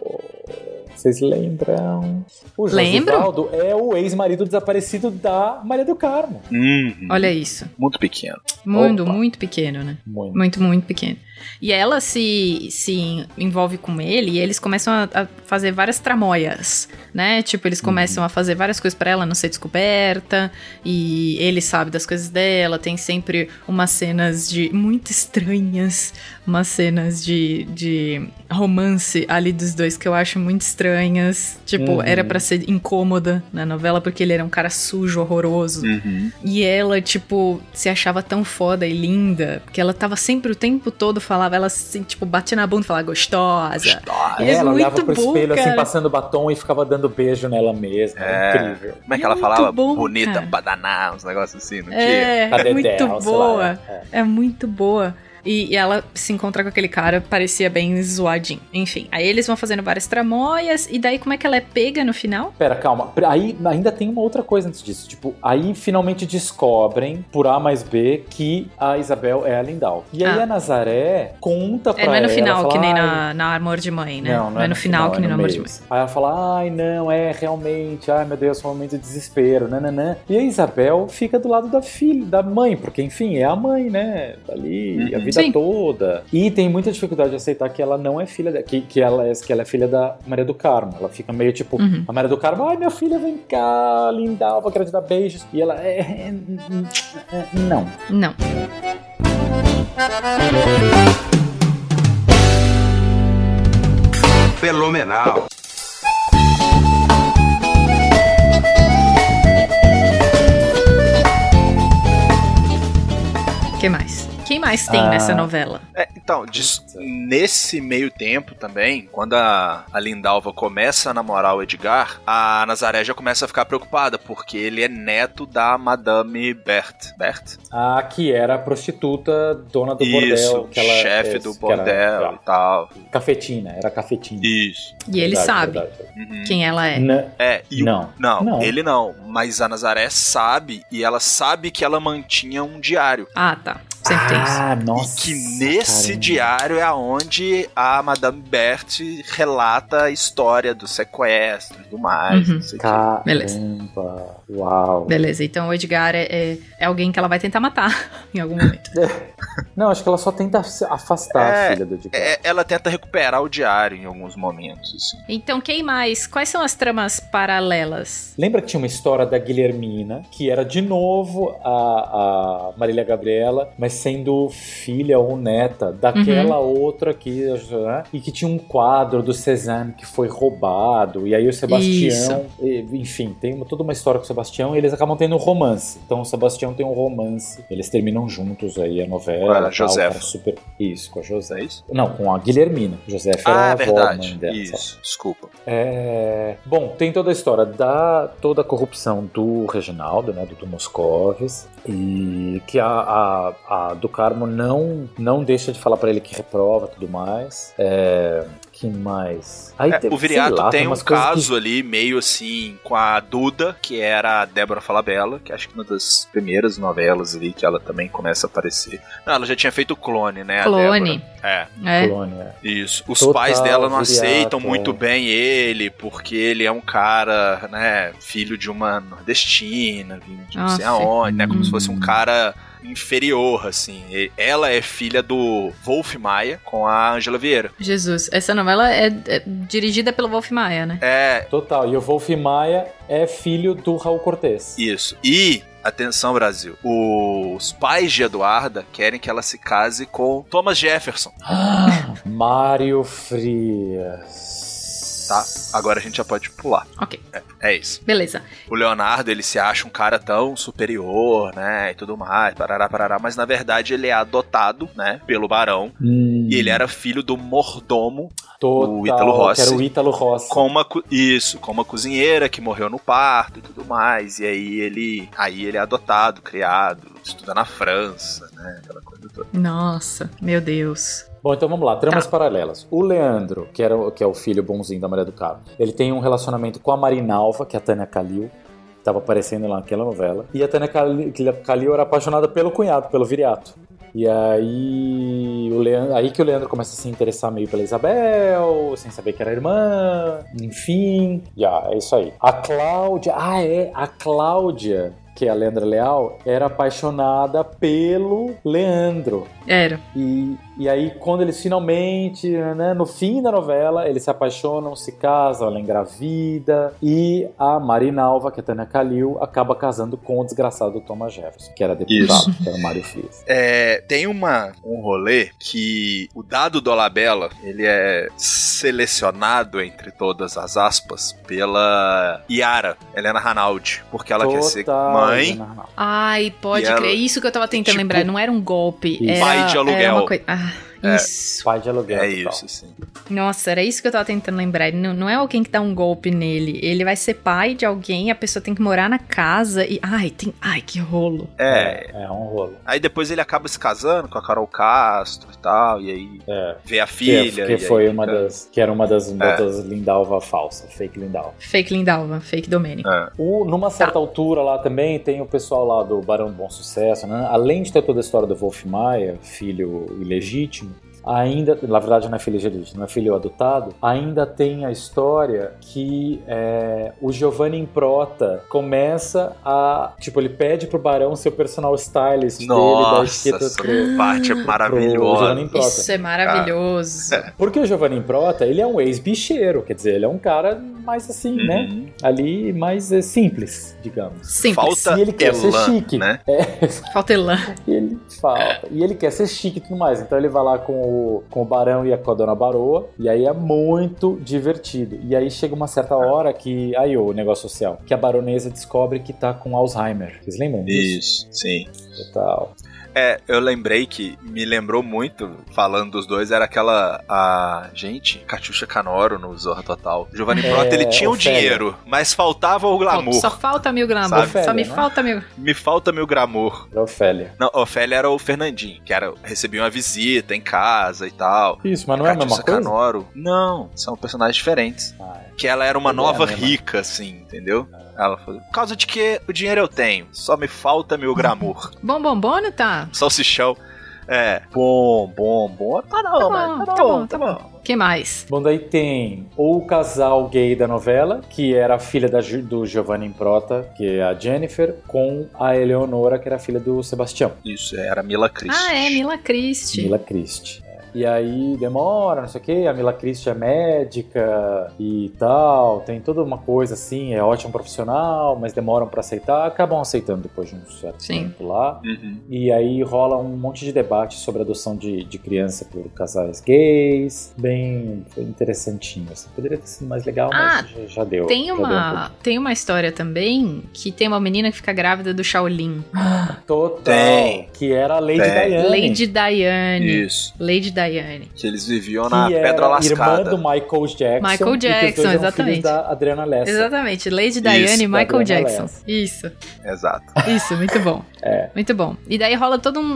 C: Vocês lembram? O
B: Lembro.
C: Josivaldo é o ex-marido desaparecido da Maria do Carmo.
E: Uhum.
B: Olha isso.
E: Muito pequeno.
B: Mundo
C: Opa.
B: muito pequeno, né?
C: Muito.
B: Muito, muito pequeno. E ela se, se envolve com ele e eles começam a, a fazer várias tramóias, né? Tipo,
C: Uhum.
B: eles começam a fazer várias coisas pra ela não ser descoberta e ele sabe das coisas dela. Tem sempre umas cenas de muito estranhas, umas cenas de, de romance ali dos dois que eu acho muito estranhas. Tipo,
C: Uhum.
B: era pra ser incômoda na novela porque ele era um cara sujo, horroroso.
E: Uhum.
B: E ela, tipo, se achava tão foda e linda, porque ela tava sempre o tempo todo, falava, ela assim, tipo, batia na bunda e falava, gostosa.
E: Gostosa.
B: É
C: ela
B: muito
C: olhava pro
B: bom,
C: espelho, assim,
B: cara.
C: passando batom e ficava dando beijo nela mesma.
E: É.
C: Era Incrível.
E: Como é que
B: É
E: ela
B: muito
E: falava?
B: bom,
E: Bonita,
B: cara.
E: badaná, uns negócios assim, não tinha?
B: É,
C: Cadê
B: muito
C: Dedel, sei lá,
B: boa.
C: é.
B: É muito boa. E, e ela se encontra com aquele cara, parecia bem zoadinho. Enfim, aí eles vão fazendo várias tramóias, e daí como é que ela é pega no final?
C: Pera, calma. Pre- Aí ainda tem uma outra coisa antes disso. Tipo, aí finalmente descobrem, por A mais B, que a Isabel é a Lindal. E aí
B: Ah.
C: a Nazaré conta pra
B: É,
C: ela.
B: não é no final
C: fala,
B: que nem
C: "Ai,
B: na, na Amor de Mãe, né? é no final que
C: é
B: nem na
C: no
B: Amor de
C: meio.
B: Mãe.
C: Aí ela fala, ai não, é realmente, ai meu Deus, foi um momento de desespero, nananã. E a Isabel fica do lado da filha, da mãe, porque enfim, é a mãe, né? Tá ali, a
E: Uhum.
C: vida
B: Sim.
C: toda. E tem muita dificuldade de aceitar que ela não é filha, da, que, que, ela, é- que ela é filha da Maria do Carmo. Ela fica meio tipo,
B: Uhum.
C: a Maria do Carmo, ai minha filha, vem cá, linda, eu quero te dar beijos. E ela, é, é, é, é, não.
B: Não.
G: Fenomenal.
B: O que mais? Quem mais tem
C: Ah.
B: nessa novela?
E: É, então, dis- nesse meio tempo também, quando a, a Lindalva começa a namorar o Edgar, a Nazaré já começa a ficar preocupada, porque ele é neto da Madame Bert. Bert?
C: A que era a prostituta, dona do
E: Isso,
C: bordel. que ela-
E: chefe do
C: isso, que era-
E: bordel e tal.
C: cafetina, era cafetina. É
E: Isso.
B: E ele
C: Verdade,
B: sabe
C: verdade. Hum.
E: Uhum.
B: quem ela é.
C: N-
E: É, e o
C: Não.
E: Não,
C: Não.
E: ele não. Mas a Nazaré sabe e ela sabe que ela mantinha um diário.
B: Ah, tá. Sempre tem isso.
C: Ah, nossa.
E: E que nesse
C: caramba.
E: diário é onde a Madame Bert relata a história do sequestro e do mais.
B: Uhum.
E: não sei o quê.
C: Caramba.
B: Beleza.
C: Uau.
B: Beleza, então o Edgar é, é, é alguém que ela vai tentar matar em algum momento.
C: Não, acho que ela só tenta se afastar
E: É,
C: a filha do Edgar.
E: É, ela tenta recuperar o diário em alguns momentos. assim.
B: Então, quem mais? Quais são as tramas paralelas?
C: Lembra que tinha uma história da Guilhermina, que era de novo a, a Marília Gabriela, mas sendo filha ou neta daquela outra que. né? E que tinha um quadro do Cezanne que foi roubado. E aí o Sebastião. e- enfim, tem uma- toda uma história com o Sebastião e eles acabam tendo um romance. Então o Sebastião tem um romance. Eles terminam juntos aí a novela.
E: Com a
C: tal,
E: Josefa.
C: cara super... Isso, com a Josefa.
E: É isso?
C: Não, com a Guilhermina. Josefa
E: Ah,
C: era a
E: é
C: avó,
E: verdade.
C: mãe dela, sabe?
E: Isso, desculpa.
C: É, Bom, tem toda a história da toda a corrupção do Reginaldo, né, do, do Moscovis, e que a, a, a do Carmo não não deixa de falar pra ele que reprova, e tudo mais. É, que mais? Aí
E: É,
C: tem-
E: o
C: sei
E: Viriato
C: lá,
E: tem um
C: umas coisas que-
E: caso ali, meio assim, com a Duda, que era a Débora Falabella, que acho que uma das primeiras novelas ali que ela também começa a aparecer. Não, ela já tinha feito o clone, né? a
B: Clone.
E: Débora. É,
B: É.
C: Colônia.
E: isso. Os
C: Total,
E: pais dela não
C: Viriato,
E: aceitam muito
C: é.
E: bem ele, porque ele é um cara, né, filho de uma nordestina, vindo de não sei
B: Nossa.
E: aonde, né? Como se
C: Hum.
E: fosse um cara inferior, assim. E Ela é filha do Wolf Maia com a Angela Vieira.
B: Jesus, essa novela é, é dirigida pelo Wolf Maia, né?
E: É,
C: Total. E o Wolf Maia é filho do Raul Cortez.
E: Isso. E, atenção, Brasil, os pais de Eduarda querem que ela se case com Thomas Jefferson,
C: Mário Frias.
E: tá? Agora a gente já pode pular.
B: Ok,
E: É isso.
B: beleza.
E: O Leonardo, ele se acha um cara tão superior, né? E tudo mais, parará, parará. Mas, na verdade, ele é adotado, né? Pelo barão.
C: Hum,
E: E ele era filho do mordomo
C: total,
E: o Ítalo Rossi.
C: que Era o Ítalo Rossi.
E: com uma co- isso, com uma cozinheira que morreu no parto e tudo mais. E aí ele, aí ele é adotado, criado, estuda na França, né? Aquela coisa toda.
B: Nossa, meu Deus.
C: Bom, então vamos lá, tramas paralelas. O Leandro, que, era, o- que é o filho bonzinho da Maria do Carmo, ele tem um relacionamento com a Marinalva, que é a Tânia Calil, que tava aparecendo lá naquela novela. E a Tânia Calil, Calil era apaixonada pelo cunhado, pelo Viriato. E aí, o Leandro, aí que o Leandro começa a se interessar meio pela Isabel, sem saber que era irmã, enfim. Já, é isso aí. A Cláudia, ah é, a Cláudia, que é a Leandra Leal, era apaixonada pelo Leandro.
B: Era.
C: E, e aí, quando eles finalmente, né, no fim da novela, eles se apaixonam, se casam, ela engravida. E a Marinalva, que é a Tânia Calil, acaba casando com o desgraçado Thomas Jefferson, que era deputado, que era o Mário Frias.
E: É, tem uma, um rolê que o dado Dolabella, ele é selecionado entre todas as aspas pela Yara, Helena Ranaldi, porque ela quer ser
C: Total, né?
E: mãe.
C: Ana Arnaldo.
B: Ai, pode
E: E ela-
B: crer. Isso que eu tava tentando
E: tipo,
B: lembrar. Não era um golpe.
C: Isso.
B: Era,
E: Pai de aluguel.
B: era uma coi- Ah,
E: É.
B: isso.
C: Pai de aluguel.
E: É
C: total.
E: isso, sim.
B: Nossa, era isso que eu tava tentando lembrar. Ele Não, não é alguém que dá um golpe nele. Ele vai ser pai de alguém, a pessoa tem que morar na casa e. Ai, tem. Ai, que rolo.
E: É.
C: É, é um rolo.
E: Aí depois ele acaba se casando com a Carol Castro e tal, e aí
C: É.
E: vê a
C: Que,
E: filha.
C: que
E: e aí né? É.
C: foi uma
E: fica-
C: das. Que era uma das botas Lindalva falsa, fake Lindalva.
B: Fake Lindalva, fake Domênico.
E: É.
C: O, numa certa altura lá também tem o pessoal lá do Barão do Bom Sucesso, né? Além de ter toda a história do Wolf Maia, filho ilegítimo, ainda, na verdade não é filho ilegítimo, não é filho adotado, ainda tem a história que é, o Giovanni Improta começa a, tipo, ele pede pro Barão ser o personal stylist dele, da
E: Nossa,
C: etiqueta
E: essa
C: pro-
E: parte é
C: pro Giovanni
E: maravilhosa.
C: Improta.
B: Isso é maravilhoso.
E: É.
C: Porque o Giovanni Improta, ele é um ex-bicheiro, quer dizer, ele é um cara mais assim, né?
E: Uhum.
C: Ali, mais é, simples, digamos.
B: Simples.
E: Falta
C: Se ele quer ser
E: Elan,
C: chique.
E: Tá,
C: É
E: né?
B: Falta Elan.
C: E ele falta. E ele quer ser chique e tudo mais. Então ele vai lá com o, com o Barão e a, com a Dona Baroa. E aí é muito divertido. E aí chega uma certa hora que. Aí o negócio social. Que a baronesa descobre que tá com Alzheimer. Vocês lembram disso?
E: Isso, sim.
C: E tal.
E: É, eu lembrei que me lembrou muito, falando dos dois, era aquela. A. Gente, Catiuxa Canoro no Zorra Total. Giovanni
C: É,
E: Prota, ele tinha o
C: Ofélia.
E: dinheiro, mas faltava o glamour.
B: Só falta mil gramas.
E: Sabe?
B: Só me
C: Ofélia, né?
B: falta mil.
E: Me falta meu glamour.
C: Era a Ofélia.
E: Não, Ofélia era o Fernandinho, que era, recebia uma visita em casa e tal.
C: Isso, mas não é a mesma
E: Catiuxa
C: coisa?
E: Canoro. Não, são personagens diferentes.
C: Ah, é.
E: Que ela era uma
C: Não é a
E: nova
C: mesma. É.
E: rica, assim, entendeu? Ela falou: por causa de que o dinheiro eu tenho, só me falta meu glamour.
B: Bom bombom, não tá?
E: Salsichão. É, bom, bom, bom. Tá não,
B: Tá
E: mas
B: bom,
E: tá,
B: tá
E: bom,
B: bom,
E: tá
B: tá
E: bom.
B: que mais?
C: Bom, daí tem ou o casal gay da novela, que era a filha da Ju- do Giovanni Improta, que é a Jennifer, com a Eleonora, que era a filha do Sebastião,
E: Isso, era Mila Cris.
B: Ah, é, Mila Christie.
C: Mila Christie. E aí demora, não sei o que, a Mila Christie é médica e tal, tem toda uma coisa assim, é ótimo profissional, mas demoram pra aceitar, acabam aceitando depois de um certo
B: Sim.
C: tempo lá.
E: Uhum.
C: E aí rola um monte de debate sobre a adoção de, de criança por casais gays. Bem foi interessantinho. assim. Poderia ter sido mais legal,
B: Ah,
C: mas já, já deu. um
B: Tem
C: já
B: uma,
C: deu.
B: tem uma história também que tem uma menina que fica grávida do Shaolin.
C: Total.
E: Tem.
C: Que era a Lady
E: Tem.
C: Diane.
B: Lady Diane.
E: Isso.
B: Lady Diane.
E: Que eles viviam
C: que
E: na
C: era
E: pedra
C: é irmã
E: lascada.
C: do Michael Jackson.
B: Michael
C: e que os dois
B: Jackson,
C: eram
B: exatamente.
C: filhos da Adriana Lessa.
B: Exatamente, Lady Diane e
C: da
B: Michael
C: Adriana
B: Jackson.
C: Lessa.
B: Isso,
E: Exato.
B: isso, muito bom.
C: É.
B: Muito bom. E daí rola todo um.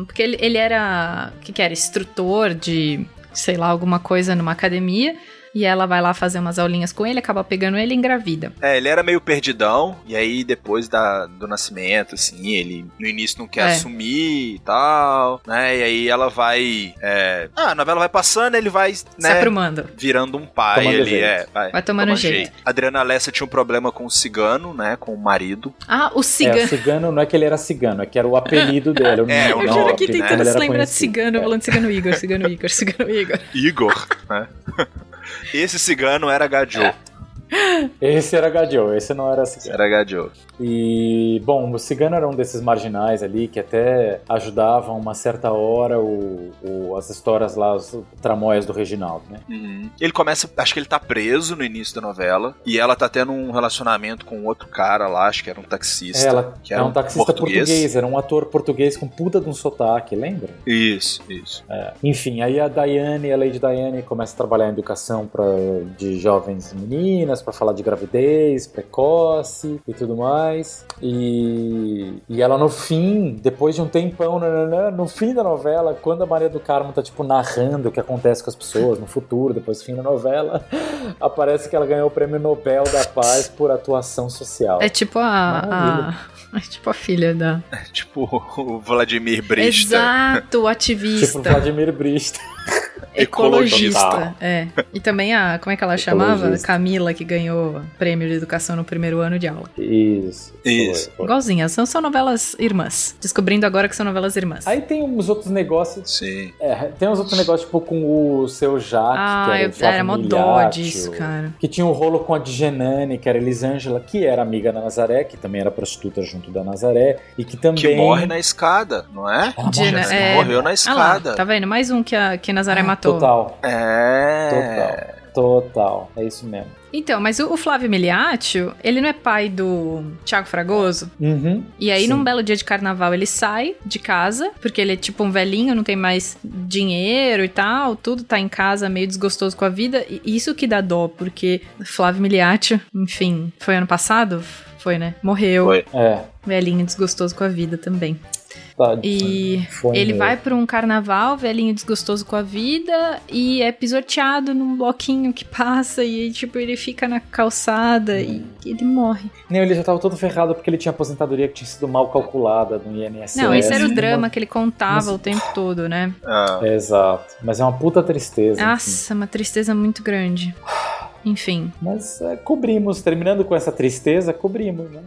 B: um- porque ele, ele era. O que, que era? Instrutor de, sei lá, alguma coisa numa academia. E ela vai lá fazer umas aulinhas com ele, acaba pegando ele e engravida.
E: É, ele era meio perdidão, e aí depois da, do nascimento, assim, ele no início não quer
B: É.
E: assumir e tal, né? E aí ela vai. é, ah, a novela vai passando, ele vai,
B: Se
E: né?
B: aprumando.
E: Virando um pai
C: Tomando
E: ali,
C: jeito.
E: é. Vai,
B: Vai tomando
E: tomando
B: jeito.
E: A Adriana Lessa tinha um problema com o cigano, né? Com o marido.
B: Ah, o
C: É,
B: cigano.
C: o cigano não é que ele era cigano, é que era o apelido dele.
E: É,
C: o
E: eu
B: Eu
E: não,
B: juro
E: óbvio,
B: que
E: né?
B: tentando
C: Ele
B: se
C: era
B: lembrar de
C: conhecido,
B: cigano,
C: é.
B: falando cigano Igor, cigano Igor, cigano Igor.
E: Igor, né? Esse cigano era Gadjo.
C: É, Esse era Gadiel, esse não É. era cigano.
E: Era Gadjo.
C: E, bom, o Cigano era um desses marginais ali que até ajudavam uma certa hora o, o- as histórias lá, as tramóias do Reginaldo, né?
E: Uhum. Ele começa, acho que ele tá preso no início da novela e ela tá tendo um relacionamento com outro cara lá, acho que era um taxista.
C: Ela
E: que
C: era um taxista português. era um ator português com puta de um sotaque, lembra?
E: Isso, isso.
C: Enfim, aí a Daiane, a Lady Daiane, começa a trabalhar em educação pra, de jovens meninas, pra falar de gravidez precoce e tudo mais. E, e ela, no fim, depois de um tempão, nananã, no fim da novela, quando a Maria do Carmo tá, tipo, narrando o que acontece com as pessoas no futuro, depois do fim da novela, aparece que ela ganhou o prêmio Nobel da Paz por atuação social.
B: É tipo a, a. É tipo a filha da.
E: É tipo o Vladimir Brista.
B: Exato,
C: Tipo,
B: ativista.
C: Vladimir Brista.
B: Ecologista, é. E também a, como é que ela chamava?
C: Ecologista.
B: Camila, que ganhou prêmio de educação no primeiro ano de aula.
C: Isso.
E: Isso.
C: Foi, foi.
B: Igualzinha, são, são novelas irmãs. Descobrindo agora que são novelas irmãs.
C: Aí tem uns outros negócios
E: Sim.
C: É, tem uns outros negócios, tipo, com o seu Jaque, tá, que
B: ah,
C: era,
B: eu,
C: o Flávio
B: era mó dó
C: Miliaccio,
B: disso, cara.
C: Que tinha um rolo com a Digenane, que era a Elisângela, que era amiga da Nazaré, que também era prostituta junto da Nazaré, e que também...
E: Que morre né? na escada, não é?
C: Ela morre
B: Diana-
C: na
B: é.
C: escada.
E: Morreu na
B: Ah lá,
E: escada.
B: tá vendo? Mais um que a que a Nazaré matou.
C: Ah, Total,
E: É.
C: total, total. É isso mesmo.
B: Então, mas o, o Flávio Miliaccio, ele não é pai do Tiago Fragoso?
C: Uhum.
B: E aí,
C: Sim.
B: num belo dia de carnaval, ele sai de casa, porque ele é tipo um velhinho, não tem mais dinheiro e tal, tudo tá em casa, meio desgostoso com a vida. E isso que dá dó, porque Flávio Miliaccio, enfim, foi ano passado? Foi, né? Morreu.
E: Foi.
C: É,
B: Velhinho desgostoso com a vida também.
C: tá.
B: E
C: Foi
B: ele
C: mesmo.
B: vai pra um carnaval, velhinho desgostoso com a vida, e é pisoteado num bloquinho que passa, e tipo, ele fica na calçada e ele morre.
C: Não, ele já tava todo ferrado porque ele tinha aposentadoria que tinha sido mal calculada no INSS.
B: Não, esse era o
C: Uma-
B: drama que ele contava
C: é assim, Mas-
B: o tempo todo, né?
E: Ah,
C: Exato. Mas é uma puta tristeza. assim. enfim.
B: Nossa, uma tristeza muito grande. Enfim.
C: Mas é, cobrimos, terminando com essa tristeza, cobrimos, né?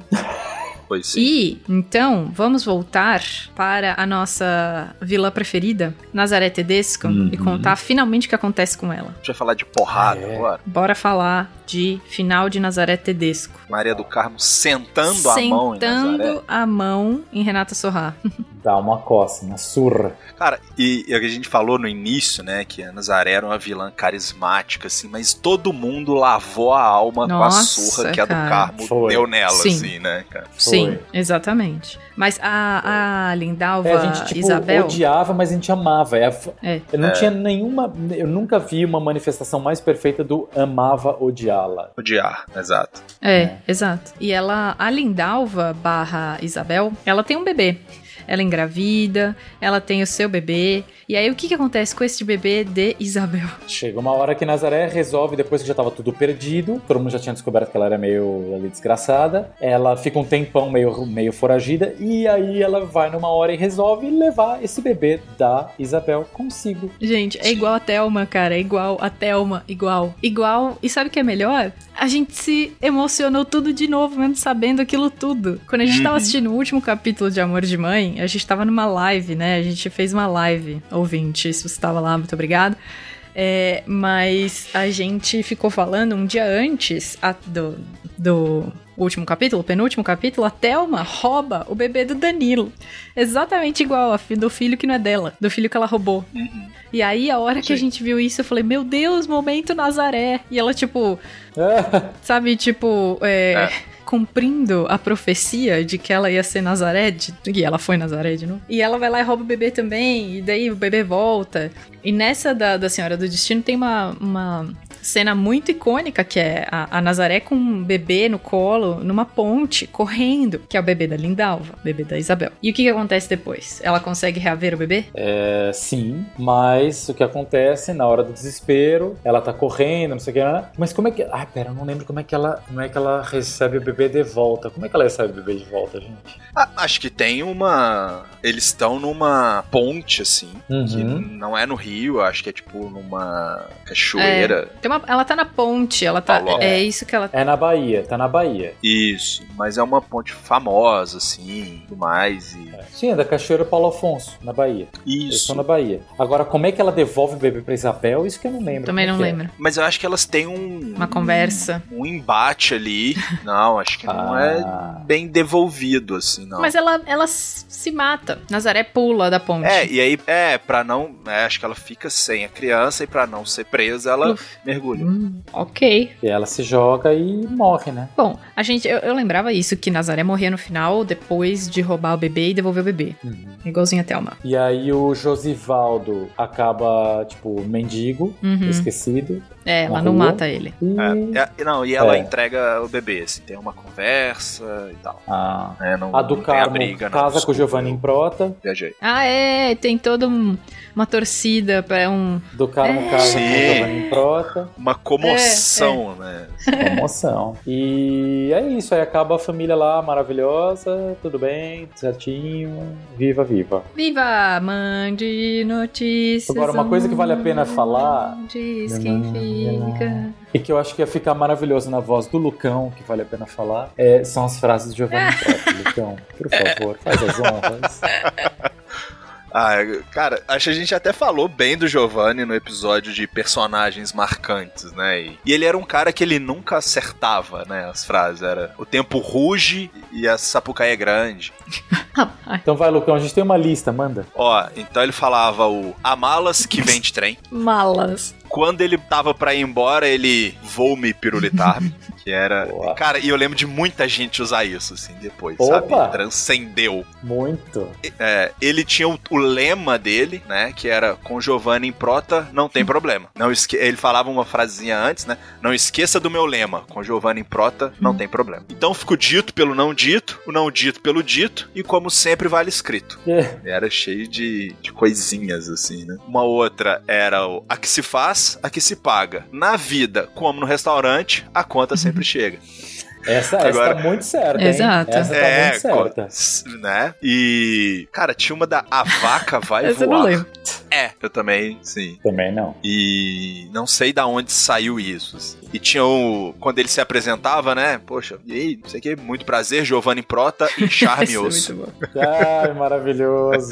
E: foi sim.
B: E, então, vamos voltar para a nossa vilã preferida, Nazaré Tedesco, e
E: Uhum.
B: contar finalmente o que acontece com ela.
E: Deixa eu falar de porrada
C: É.
E: agora.
B: Bora falar de final de Nazaré Tedesco.
E: Maria do Carmo sentando, a mão em Nazaré.
B: Sentando a mão em Renata Sorrá.
C: Dá uma coça, uma surra.
E: Cara, e, e a gente falou no início, né, que a Nazaré era uma vilã carismática, assim, mas todo mundo lavou a alma com a
B: Nossa,
E: surra que a do
B: cara.
E: Carmo
C: Foi.
E: deu nela,
B: Sim.
E: assim, né, cara.
B: Sim, exatamente. Mas a, a Lindalva
C: É, a gente, tipo,
B: Isabel.
C: odiava, mas a gente amava. É a f-
B: É.
C: Eu não tinha nenhuma. Eu nunca vi uma manifestação mais perfeita do amava odiá-la.
E: Odiar, exato.
B: É, exato. E ela, a Lindalva barra Isabel, ela tem um bebê. ela engravida, ela tem o seu bebê. E aí o que, que acontece com esse bebê de Isabel?
C: Chega uma hora que Nazaré resolve, depois que já tava tudo perdido, todo mundo já tinha descoberto que ela era meio ali, desgraçada. Ela fica um tempão meio, meio foragida e aí ela vai numa hora e resolve levar esse bebê da Isabel consigo.
B: Gente, é igual a Thelma, cara. É igual a Thelma, igual. Igual. E sabe o que é melhor? A gente se emocionou tudo de novo, mesmo sabendo aquilo tudo. Quando a gente tava assistindo o último capítulo de Amor de Mãe, a gente tava numa live, né? A gente fez uma live, ouvinte, se você tava lá, muito obrigado. É, mas a gente ficou falando um dia antes a- do, do último capítulo, penúltimo capítulo, a Thelma rouba o bebê do Danilo. Exatamente igual a fi- do filho que não é dela, do filho que ela roubou. E aí, a hora que a gente viu isso, eu falei, meu Deus, momento Nazaré. E ela, tipo, sabe, tipo, é, cumprindo a profecia de que ela ia ser Nazaré, de- e ela foi Nazaré de novo. E ela vai lá e rouba o bebê também, e daí o bebê volta. E nessa da, da Senhora do Destino tem uma, uma cena muito icônica, que é a, a Nazaré com um bebê no colo, numa ponte, correndo, que é o bebê da Lindalva, o bebê da Isabel. E o que, que acontece depois? Ela consegue reaver o bebê?
C: É, sim, mas o que acontece na hora do desespero, ela tá correndo, não sei o que, né? mas como é que. Ah, pera, eu não lembro como é que ela, como é que ela recebe o bebê de volta. Como é que ela recebe o bebê de volta, gente?
E: Ah, acho que tem uma. Eles estão numa ponte, assim.
C: Uhum.
E: Que não é no rio, acho que é tipo numa cachoeira.
B: Tem uma- ela tá na ponte, ela tá.
E: Paulo.
B: É isso que ela.
C: É na Bahia, tá na Bahia.
E: Isso, mas é uma ponte famosa, assim, e tudo mais. E...
C: Sim, é da Cachoeira Paulo Afonso, na Bahia. Eu
E: Isso.
C: sou na Bahia. Agora, como é que ela devolve o bebê pra Isabel? Isso que eu não lembro.
B: Também
C: Como
B: não
C: é que é?
B: lembro.
E: Mas eu acho que elas têm um.
B: Uma conversa.
E: Um embate ali. Não, acho que não é
C: Ah,
E: bem devolvido, assim, não.
B: Mas ela, ela s- se mata. Nazaré pula da ponte.
E: É, e aí, é, pra não. é, acho que ela fica sem a criança e pra não ser presa, ela mergulha.
B: Hum, ok.
C: E ela se joga e morre, né?
B: Bom, a gente, eu, eu lembrava isso, que Nazaré morria no final depois de roubar o bebê e devolver o bebê.
E: Uhum.
B: Igualzinho a Thelma.
C: E aí o Josivaldo acaba, tipo, mendigo,
B: Uhum.
C: esquecido.
B: É, ela não
C: Arrumou.
B: mata ele.
C: E...
E: É, e não, e ela
C: É.
E: entrega o bebê, assim, tem uma conversa e tal.
C: Ah.
E: né, não,
C: A do
E: não tem
C: Carmo
E: briga, não,
C: casa com o
E: desculpa,
C: Giovanni
E: eu
C: Improta.
E: Viajei.
B: Ah, é, tem toda um- uma torcida pra um.
C: Do Carmo casa com o
E: Sim.
C: Giovanni Improta.
E: Uma
B: É,
E: comoção, né?
C: Comoção. e é isso, aí acaba a família lá maravilhosa, tudo bem, tudo certinho. Viva, viva.
B: Viva, mande notícias.
C: Agora, uma coisa que vale a pena falar-
B: Diz quem fica.
C: E que eu acho que ia ficar maravilhoso na voz do Lucão, que vale a pena falar, é- são as frases de Giovanni Improta. Lucão, por favor, faz as honras.
E: Ah, cara, acho que a gente até falou bem do Giovanni no episódio de personagens marcantes, né? E, e ele era um cara que ele nunca acertava, né? As frases. Era o tempo ruge e a sapucaia é grande.
B: Rapaz,
C: Então vai, Lucão, a gente tem uma lista, manda.
E: Ó, então ele falava o a malas que vem de trem.
B: malas.
E: Quando ele tava pra ir embora, ele vou me pirulitar. Que era.
C: Boa.
E: Cara, e eu lembro de muita gente usar isso, assim, depois,
C: Opa!
E: sabe? Transcendeu.
C: Muito.
E: É, ele tinha o, o lema dele, né? Que era com Giovanni em prota, não tem problema. Não esque ele falava uma frasinha antes, né? Não esqueça do meu lema. Com Giovanni em prota,
C: Hum.
E: não tem problema. Então fica o dito pelo não dito, o não dito pelo dito, e como sempre vale escrito.
C: É.
E: Ele Era cheio de, de coisinhas, assim, né? Uma outra era o a que se faz, a que se paga. Na vida, como no restaurante, a conta
B: Uhum.
E: sempre chega.
C: Essa, essa
E: Agora- É,
C: tá muito certa. hein?
B: Exato.
C: Essa tá muito
E: co-
C: certa.
E: s- né? E, cara, tinha uma da a vaca vai
B: Essa eu
E: voar.
B: não lembro.
E: É, eu também, sim.
C: Também não.
E: E não sei da onde saiu isso. assim. E tinha o. Quando ele se apresentava, né? Poxa, e aí, não sei o que, muito prazer, Giovanni Prota e Charme
B: Essa é
E: Osso.
B: muito boa.
C: Ai, maravilhoso.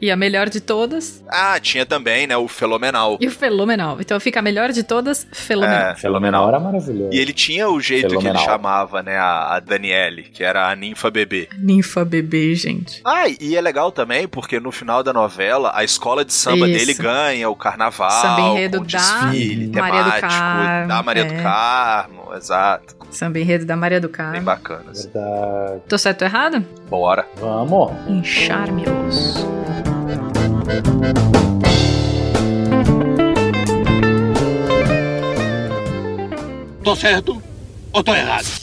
B: E a melhor de todas,
E: Ah, tinha também, né? O Fenomenal.
B: E o fenomenal. Então fica a melhor de todas, fenomenal.
E: É,
C: Fenomenal era maravilhoso.
E: E ele tinha o jeito que
C: Fenomenal.
E: ele chamava, né? A, a Daniele, que era a ninfa bebê.
B: Ninfa bebê, gente.
E: Ah, e é legal também, porque no final da novela, a escola de samba
B: Isso.
E: dele ganha o carnaval.
B: Samba enredo
E: com
B: da
E: desfile
B: Maria do
E: temático,
B: Carmo,
E: da Maria
B: é. Ah.
E: do Carmo. Exato.
B: Samba enredo da Maria do
E: Bem
B: Carmo.
E: bacana. assim.
C: é Verdade.
B: Tô certo ou errado?
E: Bora.
C: Vamos.
B: Um charme
G: Tô certo ou tô errado?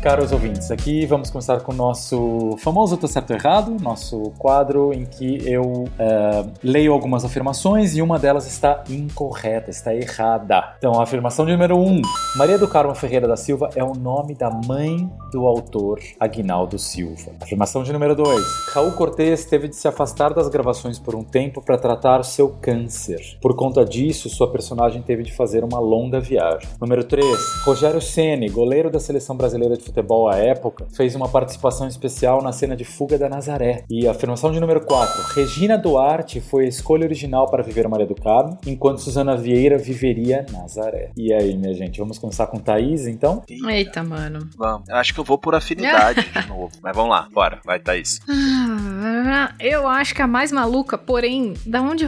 C: caros ouvintes, aqui vamos começar com o nosso famoso Tá Certo ou Errado, nosso quadro em que eu é, leio algumas afirmações e uma delas está incorreta, está errada. Então, a afirmação de número 1. Um, Maria do Carmo Ferreira da Silva é o nome da mãe do autor Aguinaldo Silva. Afirmação de número 2. Raul Cortez teve de se afastar das gravações por um tempo para tratar seu câncer. Por conta disso, sua personagem teve de fazer uma longa viagem. Número 3. Rogério Ceni, goleiro da seleção brasileira de futebol à época, fez uma participação especial na cena de fuga da Nazaré. E afirmação de número 4. Regina Duarte foi a escolha original para viver Maria do Carmo, enquanto Suzana Vieira viveria Nazaré. E aí, minha gente, vamos começar com Thaís, então?
B: Eita, mano.
E: Vamos. Eu acho que eu vou por afinidade de novo. Mas vamos lá, bora. Vai, Thaís.
B: Ah, Eu acho que a mais maluca, porém, da onde.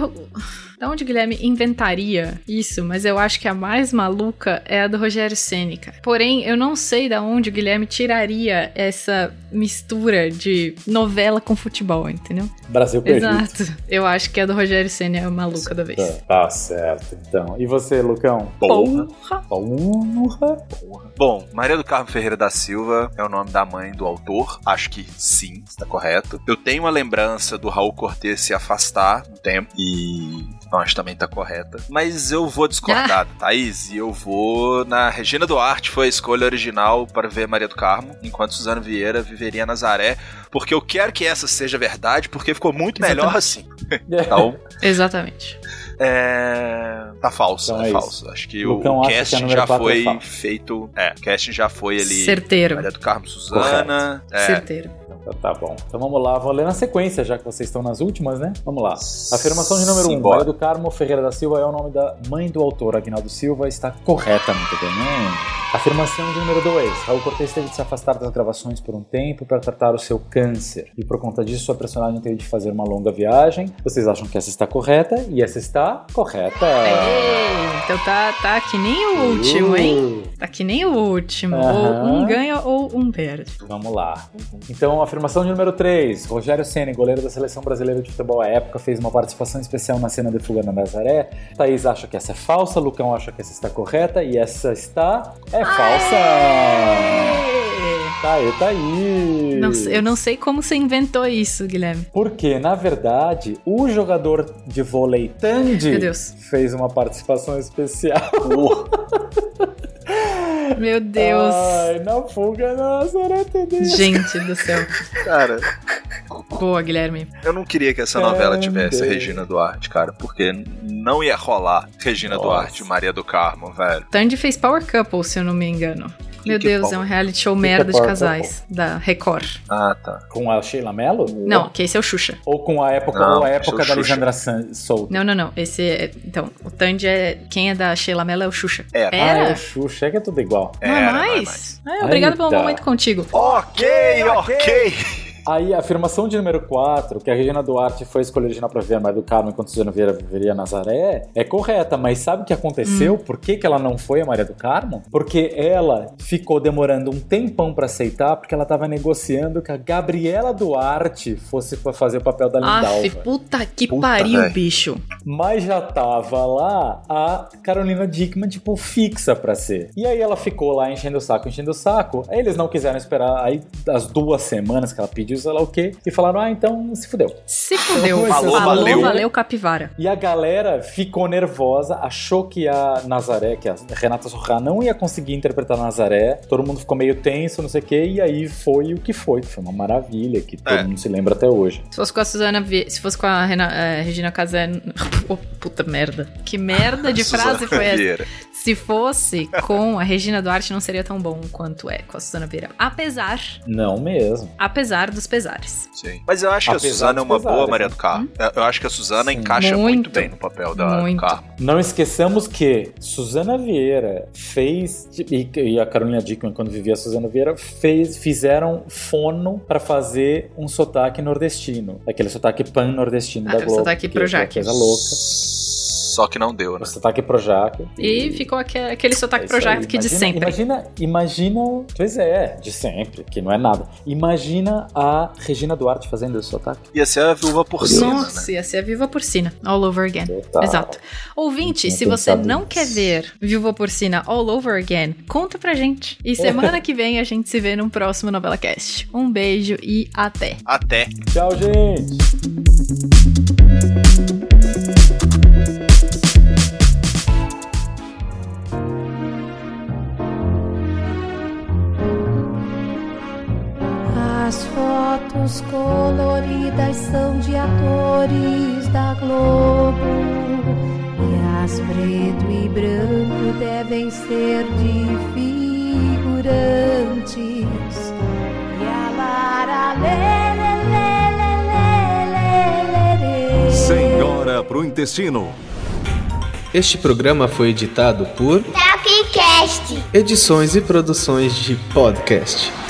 B: Da onde Guilherme inventaria isso, mas eu acho que a mais maluca é a do Rogério Sêneca. Porém, eu não sei da onde o Guilherme tiraria essa mistura de novela com futebol, entendeu?
C: Brasil com
B: Exato. Eu acho que a do Egito. Rogério Sêneca é a maluca da vez.
C: Tá, tá certo, então. E você, Lucão?
B: Porra!
C: Porra!
E: Bom, Maria do Carmo Ferreira da Silva é o nome da mãe do autor. Acho que sim, está correto. Eu tenho uma lembrança do Raul Cortez se afastar um tempo e eu acho também tá correta. Mas eu vou discordar, da Thaís, e eu vou na Regina Duarte foi a escolha original para ver Maria do Carmo, enquanto Suzano Vieira viveria Nazaré, porque eu quero que essa seja verdade, porque ficou muito melhor assim. então,
B: Exatamente.
E: é... tá falso,
C: Então
E: tá
C: é
E: falso. Acho que
C: Lucão
E: o
C: acha que a
E: casting
C: número
E: já
C: quatro é
E: foi
C: falso.
E: feito. É, o casting já foi ali.
B: Certeiro.
E: Maria do Carmo Suzana. É,
B: Certeiro.
C: Então Tá bom. Então vamos lá, vou ler na sequência, já que vocês estão nas últimas, né? Vamos lá. Afirmação de número 1. Um,
E: Simbora.
C: Maria do Carmo Ferreira da Silva é o nome da mãe do autor, Aguinaldo Silva, está correta, muito bem. Afirmação de número 2. Raul Cortez teve de se afastar das gravações por um tempo para tratar o seu câncer. E por conta disso, sua personagem teve de fazer uma longa viagem. Vocês acham que essa está correta? E essa está correta.
E: Ah.
B: Ei, então tá, tá que nem o último, hein? Tá que nem o último. Ou
C: Uh. Aham.
B: um ganha ou um perde.
C: Vamos lá. Então, afirmação de número 3. Rogério Ceni, goleiro da seleção brasileira de futebol à época, fez uma participação especial na cena de fuga na Nazaré. Thaís acha que essa é falsa, Lucão acha que essa está correta e essa está é falsa.
B: Ei!
C: Tá aí, Thaís.
B: Não sei- eu não sei como você inventou isso, Guilherme.
C: Porque, na verdade, o jogador de vôlei Tandy
B: Meu Deus.
C: fez uma participação especial.
B: Meu Deus.
C: Ai, na fuga na Nazaré, Tandy.
B: Gente do céu.
C: né?
E: cara,
B: Boa, Guilherme.
E: eu não queria que essa novela tivesse a
C: Caramba.
E: Regina Duarte, cara, porque não ia rolar Regina
C: Nossa.
E: Duarte e Maria do Carmo, velho.
B: Tandy fez Power Couple, se eu não me engano. Meu
E: que
B: Deus,
E: Power-
B: é um reality show
C: que é
B: merda de
C: Power
B: casais da Record.
E: Ah, tá.
C: Com a Sheila Mello?
B: Não, que esse é o Xuxa.
C: Ou com a época,
E: Não,
C: ou a
E: sou
C: época da
E: Xuxa.
C: Alexandra San- Souto?
B: Não, não, não. Esse é. Então, o Tandy é. Quem é da Sheila Mello é o Xuxa.
E: Era.
C: Ah, é
B: Era?
C: o Xuxa, é que é tudo igual.
B: Não é
E: Era, não é
B: mais? Ah, obrigado pelo
C: Eita.
B: momento contigo.
C: É,
E: Ok, ok.
C: Aí, a afirmação de número 4, que a Regina Duarte foi escolher original pra viver a Maria do Carmo enquanto Suzana Vieira viveria a Nazaré, é correta, mas sabe o que
B: Hum.
C: aconteceu? Por que, que ela não foi a Maria do Carmo? Porque ela ficou demorando um tempão pra aceitar, porque ela tava negociando que a Gabriela Duarte fosse pra fazer o papel da Lindalva.
B: Aff, puta que
E: Puta,
B: pariu,
E: véi.
B: bicho.
C: Mas já tava lá a Carolina Dickman, tipo, fixa pra ser. E aí ela ficou lá enchendo o saco, enchendo o saco. Aí eles não quiseram esperar aí as duas semanas que ela pediu, sei lá o quê. E falaram, ah, então se fudeu.
B: Se fudeu.
C: Falou,
E: valeu.
B: valeu, capivara.
C: E a galera ficou nervosa, achou que a Nazaré, que a Renata Sorrá não ia conseguir interpretar a Nazaré. Todo mundo ficou meio tenso, não sei o quê. E aí foi o que foi, que foi uma maravilha, que todo
E: É.
C: mundo se lembra até hoje.
B: Se fosse com a Suzana. Vi- Se fosse com a Rena- eh, Regina Casé. Oh, puta merda. Que merda de frase foi essa?
E: Vieira.
B: Se fosse com a Regina Duarte, não seria tão bom quanto é com a Suzana Vieira. Apesar,
C: Não mesmo.
B: apesar dos pesares.
E: Sim. Mas eu acho que
C: Apesar
E: a Suzana é
C: dos
E: uma boa
C: pesares,
E: Maria
C: né?
E: do Carmo. Eu- Eu acho que a Suzana
C: Sim.
E: encaixa muito.
B: Hum? Muito.
E: bem no papel da do
B: Muito.
E: Carmo.
C: Não esqueçamos que Suzana Vieira fez e, e a Carolina Dickman quando vivia a Suzana Vieira fez fizeram fono pra fazer um sotaque nordestino, aquele sotaque pan nordestino
B: Ah,
C: da
B: aquele
C: Globo,
B: sotaque
C: que é aquela
B: Projac.
C: coisa louca.
E: Só que não deu, né?
C: O sotaque Projac. É
B: E ficou aque- aquele sotaque
C: isso aí.
B: projeto que de
C: Imagina-
B: sempre.
C: Imagina, imagina. Pois é, de sempre, que não é nada. Imagina a Regina Duarte fazendo esse sotaque.
E: Ia ser a viúva porcina, né?
B: Nossa, ia ser a Viva Porcina, all over again.
C: Total.
B: Exato. Ouvinte,
C: Tá. Não tinha
B: se você
C: pensado
B: não
C: nisso.
B: quer ver Viva Porcina all over again, conta pra gente. E semana que vem a gente se vê num próximo Novela Cast. Um beijo e até.
E: Até.
C: Tchau, gente!
A: As fotos coloridas são de atores da Globo e as preto e branco devem ser de figurantes. E a Lara, lê, lê, lê, lê, lê, lê, lê, lê.
J: Senhora pro intestino.
K: Este programa foi editado por
L: Tapcast.
K: Edições e Produções de Podcast.